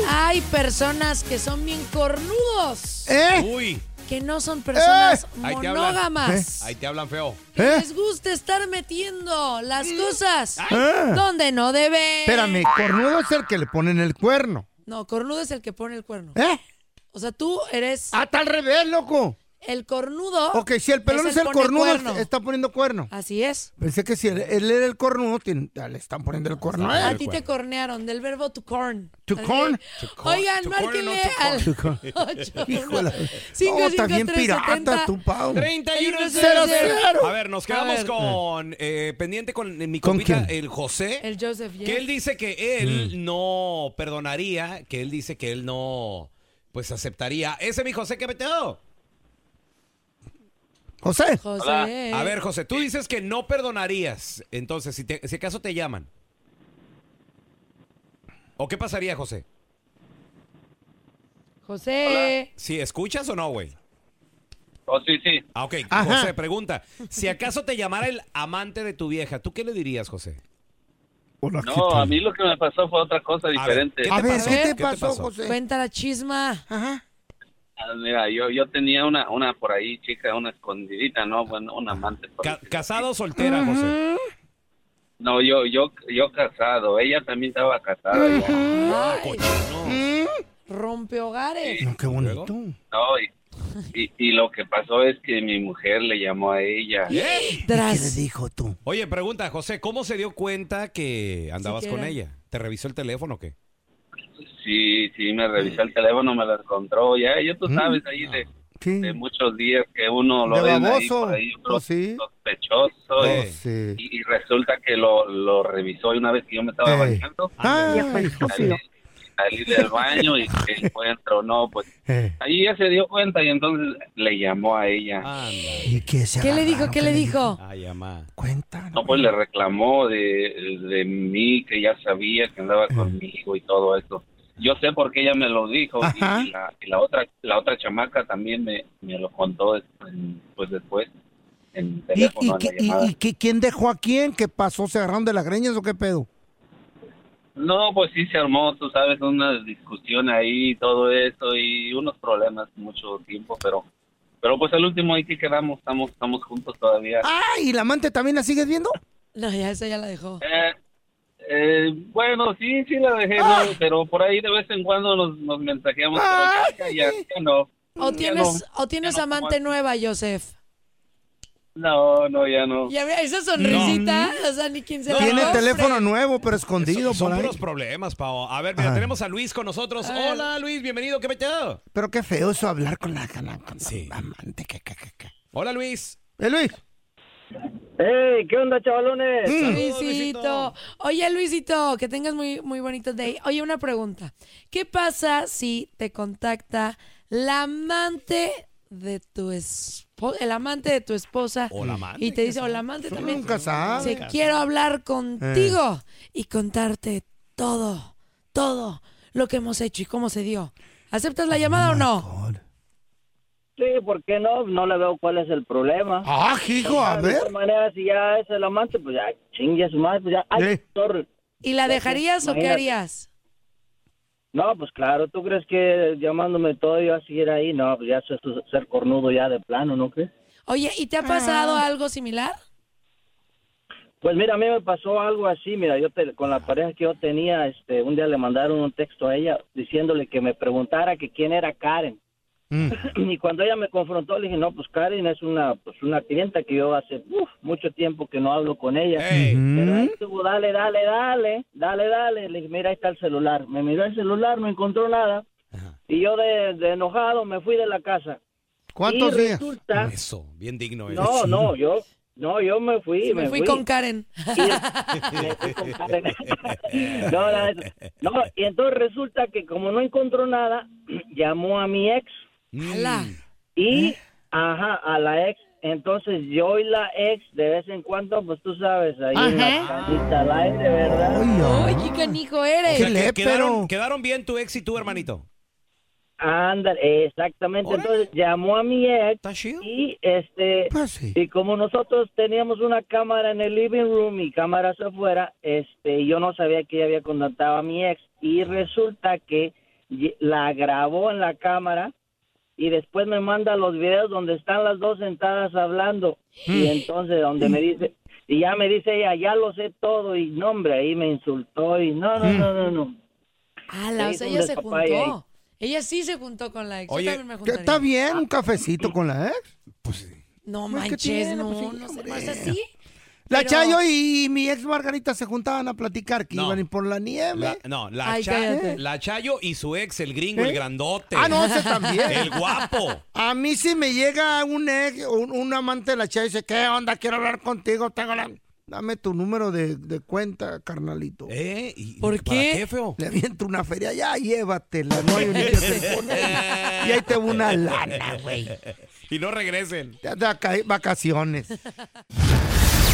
[SPEAKER 3] Hay personas que son bien cornudos.
[SPEAKER 2] ¿Eh?
[SPEAKER 1] Uy.
[SPEAKER 3] Que no son personas
[SPEAKER 1] Eh. Ahí te hablan. Eh.
[SPEAKER 3] monógamas.
[SPEAKER 1] Ahí te hablan feo.
[SPEAKER 2] ¿Eh?
[SPEAKER 3] Que les gusta estar metiendo las
[SPEAKER 1] Mm.
[SPEAKER 3] cosas
[SPEAKER 2] Ah.
[SPEAKER 3] donde no eh. deben.
[SPEAKER 2] Espérame, cornudo es el que le ponen el cuerno.
[SPEAKER 3] No, cornudo es el que pone el cuerno.
[SPEAKER 2] ¿Eh?
[SPEAKER 3] O sea, tú eres.
[SPEAKER 2] Hasta al revés, loco.
[SPEAKER 3] El cornudo.
[SPEAKER 2] Ok, si el pelón es el
[SPEAKER 3] Oh, pone
[SPEAKER 2] cornudo,
[SPEAKER 3] cuerno.
[SPEAKER 2] está poniendo cuerno.
[SPEAKER 3] Así es.
[SPEAKER 2] Pensé que si él, él era el cornudo, tiene- ah, le están poniendo el cuerno. a
[SPEAKER 3] A
[SPEAKER 2] él.
[SPEAKER 3] ti te cornearon del verbo to corn.
[SPEAKER 2] Ah, To
[SPEAKER 3] Así.
[SPEAKER 2] corn.
[SPEAKER 3] Oigan, márquenle al
[SPEAKER 2] To corn.
[SPEAKER 3] 8.
[SPEAKER 2] Híjole.
[SPEAKER 3] Cinco,
[SPEAKER 2] No, está
[SPEAKER 3] cinco,
[SPEAKER 2] bien
[SPEAKER 3] tres,
[SPEAKER 2] pirata
[SPEAKER 3] setenta.
[SPEAKER 2] tu pau.
[SPEAKER 1] 3100. A ver, nos quedamos
[SPEAKER 3] ver.
[SPEAKER 1] con eh, pendiente con eh, mi
[SPEAKER 2] ¿Con
[SPEAKER 1] compita,
[SPEAKER 2] quién? Mm.
[SPEAKER 1] el José.
[SPEAKER 3] El Joseph
[SPEAKER 1] Que
[SPEAKER 3] yes.
[SPEAKER 1] él dice que él no perdonaría, que él dice que él no, pues aceptaría. Ese mi José que peteo.
[SPEAKER 2] José.
[SPEAKER 1] Hola.
[SPEAKER 3] Eh,
[SPEAKER 1] A ver, José, tú dices que no perdonarías. Entonces, si, te- si acaso te llaman. ¿O qué pasaría, José?
[SPEAKER 3] José.
[SPEAKER 1] ¿Si escuchas o no, güey?
[SPEAKER 13] Oh, sí, sí.
[SPEAKER 1] Ah, ok.
[SPEAKER 13] Ajá.
[SPEAKER 1] José, pregunta. Si acaso te llamara el amante de tu vieja, ¿tú qué le dirías, José?
[SPEAKER 2] Ah,
[SPEAKER 12] No, a mí lo que me pasó fue otra cosa diferente.
[SPEAKER 3] Cuenta la chisma.
[SPEAKER 12] Ah, Mira, yo, yo tenía una, una por ahí, chica, una escondidita, ¿no? Bueno, un amante. por ahí.
[SPEAKER 1] ¿Casado o soltera, José?
[SPEAKER 12] No, yo, yo, yo casado. Ella también estaba casada.
[SPEAKER 11] Mm.
[SPEAKER 12] ya.
[SPEAKER 2] ¿Mm?
[SPEAKER 3] Rompe hogares.
[SPEAKER 2] qué bonito.
[SPEAKER 12] No, y, y- y lo que pasó es que mi mujer le llamó a ella.
[SPEAKER 1] dijo tú? ¿Eh? Oye, pregunta, José, ¿cómo se dio cuenta que andabas
[SPEAKER 12] que
[SPEAKER 1] con
[SPEAKER 12] era.
[SPEAKER 1] ella? ¿Te revisó el teléfono o qué?
[SPEAKER 12] Sí, sí, me revisó el teléfono, me lo encontró. Ya, ya
[SPEAKER 2] Mm.
[SPEAKER 12] tú sabes, ahí de, de muchos días que uno lo
[SPEAKER 2] Ah, De
[SPEAKER 12] ven ahí
[SPEAKER 2] baboso.
[SPEAKER 12] por ahí,
[SPEAKER 2] Pues sí. Oh, Eh.
[SPEAKER 12] sospechoso. y- eh, y, y resulta que lo, lo revisó y una vez que yo me estaba bañando.
[SPEAKER 2] Ay,
[SPEAKER 12] salí, salí del baño y que encuentro, no, pues
[SPEAKER 2] Eh.
[SPEAKER 12] ahí ya se dio cuenta y entonces le llamó a ella.
[SPEAKER 2] Ah.
[SPEAKER 3] ¿Qué le dijo? ¿Qué le dijo?
[SPEAKER 12] No, pues le reclamó de, de mí que ya sabía que andaba conmigo y todo eso. Yo sé por qué ella me lo dijo y- y, la, y la otra la otra chamaca también me, me lo contó después, pues después en
[SPEAKER 2] ¿Y,
[SPEAKER 12] teléfono
[SPEAKER 2] y
[SPEAKER 12] en la
[SPEAKER 2] qué- y-
[SPEAKER 12] llamada.
[SPEAKER 2] y qué- quién dejó a quién? ¿Qué pasó? ¿Se agarraron de las greñas o qué pedo?
[SPEAKER 12] No, pues sí se armó, tú sabes, una discusión ahí y todo eso y unos problemas mucho tiempo, pero pero pues al último ahí sí quedamos, estamos estamos juntos todavía.
[SPEAKER 2] ¡Ay! ¿Y la amante también la sigues viendo?
[SPEAKER 3] No, ya esa ya la dejó.
[SPEAKER 12] Eh, eh, bueno, sí, sí la dejé, ¿no? pero por ahí de vez en cuando nos, nos mensajeamos, pero ya, ya- ya no.
[SPEAKER 3] ¿O
[SPEAKER 12] Ya
[SPEAKER 3] tienes, o tienes amante nueva, Joseph?
[SPEAKER 12] No, no, no, ya no.
[SPEAKER 3] Ya mira, esa sonrisita, o sea, ni quien se la
[SPEAKER 2] Tiene
[SPEAKER 3] compre.
[SPEAKER 2] teléfono nuevo, pero escondido
[SPEAKER 1] Son
[SPEAKER 2] por ahí.
[SPEAKER 1] puros problemas, Pao. A ver, mira,
[SPEAKER 2] Ah.
[SPEAKER 1] tenemos a Luis con nosotros.
[SPEAKER 3] Ah.
[SPEAKER 1] Hola, Luis, bienvenido, ¿qué metido?
[SPEAKER 2] Pero qué feo eso hablar con la, con la- con la amante. Que, que- que- que-
[SPEAKER 1] Hola, Luis.
[SPEAKER 2] ¡Eh, Luis!
[SPEAKER 14] ¡Ey! ¿Qué onda, chavalones?
[SPEAKER 3] Mm. Luisito. Oye, Luisito, que tengas muy, muy bonito day. Oye, una pregunta. ¿Qué pasa si te contacta la amante de tu esposa, el amante de tu esposa?
[SPEAKER 2] O la amante,
[SPEAKER 3] Y te dice, o la amante
[SPEAKER 2] Tú
[SPEAKER 3] también.
[SPEAKER 2] nunca sabes. Eh.
[SPEAKER 3] Se quiero hablar contigo y contarte todo, todo lo que hemos hecho y cómo se dio. ¿Aceptas
[SPEAKER 2] Ah,
[SPEAKER 3] la llamada o no?
[SPEAKER 14] Sí, ¿por qué no? Pues No le veo cuál es el problema.
[SPEAKER 2] ¡Ah, hijo! A
[SPEAKER 14] De
[SPEAKER 2] ver.
[SPEAKER 14] todas maneras, si ya es el amante, pues ya chingue a su madre, pues ya. Ay, sorry.
[SPEAKER 3] ¿Y la
[SPEAKER 14] Ya,
[SPEAKER 3] dejarías o qué
[SPEAKER 14] imagínate.
[SPEAKER 3] harías?
[SPEAKER 14] No, pues claro, ¿tú crees que llamándome todo yo a seguir ahí? No, pues ya eso es tu- ser cornudo ya de plano, ¿no crees?
[SPEAKER 3] Oye, ¿y te ha pasado algo similar?
[SPEAKER 14] Pues mira, a mí me pasó algo así, mira, yo te- con la pareja que yo tenía, este, un día le mandaron un texto a ella diciéndole que me preguntara que quién era Karen. Y cuando ella me confrontó, le dije, no, pues Karen es una, pues una clienta que yo hace uf, mucho tiempo que no hablo con
[SPEAKER 1] ¿Eh?
[SPEAKER 14] ella. Pero ahí estuvo, dale, dale, dale, dale, dale. Le dije, mira, ahí está el celular. Me miró el celular, no encontró nada. Y yo de, de enojado me fui de la casa.
[SPEAKER 1] ¿Cuántos
[SPEAKER 14] Y
[SPEAKER 1] días?
[SPEAKER 14] resulta-
[SPEAKER 1] Eso, bien digno. eres.
[SPEAKER 14] no, no, yo, no, yo me fui.
[SPEAKER 3] me, fui, con Karen.
[SPEAKER 14] No, la neta. No, y entonces resulta que como no encontró nada, llamó a mi ex.
[SPEAKER 2] Mm.
[SPEAKER 14] Y, ajá, a la ex. Entonces yo y la ex, de vez en cuando, pues tú sabes, ahí en la casita al aire, ¿verdad?
[SPEAKER 3] Ay, qué canijo eres.
[SPEAKER 1] O sea, que quedaron, quedaron bien tu ex y tu hermanito.
[SPEAKER 14] Ándale, exactamente. Entonces llamó a mi ex y este y como nosotros teníamos una cámara en el living room y cámaras afuera, este yo no sabía que ella había contactado a mi ex y resulta que y- la grabó en la cámara y después me manda los videos donde están las dos sentadas hablando y entonces donde me dice y ya me dice ella ya lo sé todo y no hombre ahí me insultó y no no no no no
[SPEAKER 3] Ala, o
[SPEAKER 14] Ahí
[SPEAKER 3] sea,
[SPEAKER 14] es
[SPEAKER 3] ella
[SPEAKER 14] un
[SPEAKER 3] se
[SPEAKER 14] despapaye ahí.
[SPEAKER 3] juntó. Ella sí se juntó con la ex.
[SPEAKER 2] Oye,
[SPEAKER 3] Yo también me
[SPEAKER 2] ¿qué
[SPEAKER 3] juntaría.
[SPEAKER 2] está bien un cafecito con la ex.
[SPEAKER 3] No
[SPEAKER 2] Pues, ¿qué
[SPEAKER 3] manches,
[SPEAKER 2] tiene?
[SPEAKER 3] no,
[SPEAKER 2] Pues, sí,
[SPEAKER 3] no sé,
[SPEAKER 2] hombre.
[SPEAKER 3] no es así.
[SPEAKER 2] La
[SPEAKER 3] Pero-
[SPEAKER 2] Chayo y mi ex Margarita se juntaban a platicar que iban a ir por la nieve. Ah,
[SPEAKER 1] La- no, la,
[SPEAKER 2] Ay,
[SPEAKER 1] Cha-
[SPEAKER 2] cállate.
[SPEAKER 1] la Chayo y su ex, el gringo,
[SPEAKER 2] ¿Eh?
[SPEAKER 1] el grandote.
[SPEAKER 2] Ah, no, ese también.
[SPEAKER 1] El guapo.
[SPEAKER 2] A mí si me llega un ex, un, un amante de la Chayo y dice, ¿qué onda? Quiero hablar contigo, tengo la... Dame tu número de, de cuenta, carnalito.
[SPEAKER 1] ¿Eh?
[SPEAKER 2] ¿Por
[SPEAKER 1] qué? feo?
[SPEAKER 2] Le aviento una feria, ya llévatela, no hay ni que te pone. Y ahí te va una lana, güey.
[SPEAKER 1] Y no regresen.
[SPEAKER 2] Ya te vaca- vacaciones.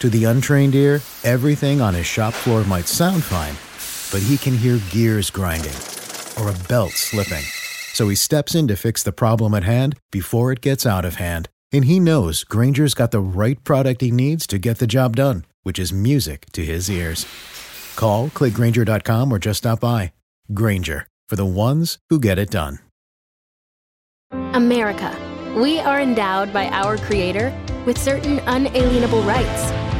[SPEAKER 15] To the untrained ear, everything on his shop floor might sound fine, but he can hear gears grinding or a belt slipping. So he steps in to fix the problem at hand before it gets out of hand. And he knows Granger's got the right product he needs to get the job done, which is music to his ears. Call, click Granger.com, or just stop by. Granger, for the ones who get it done.
[SPEAKER 16] America, we are endowed by our Creator with certain unalienable rights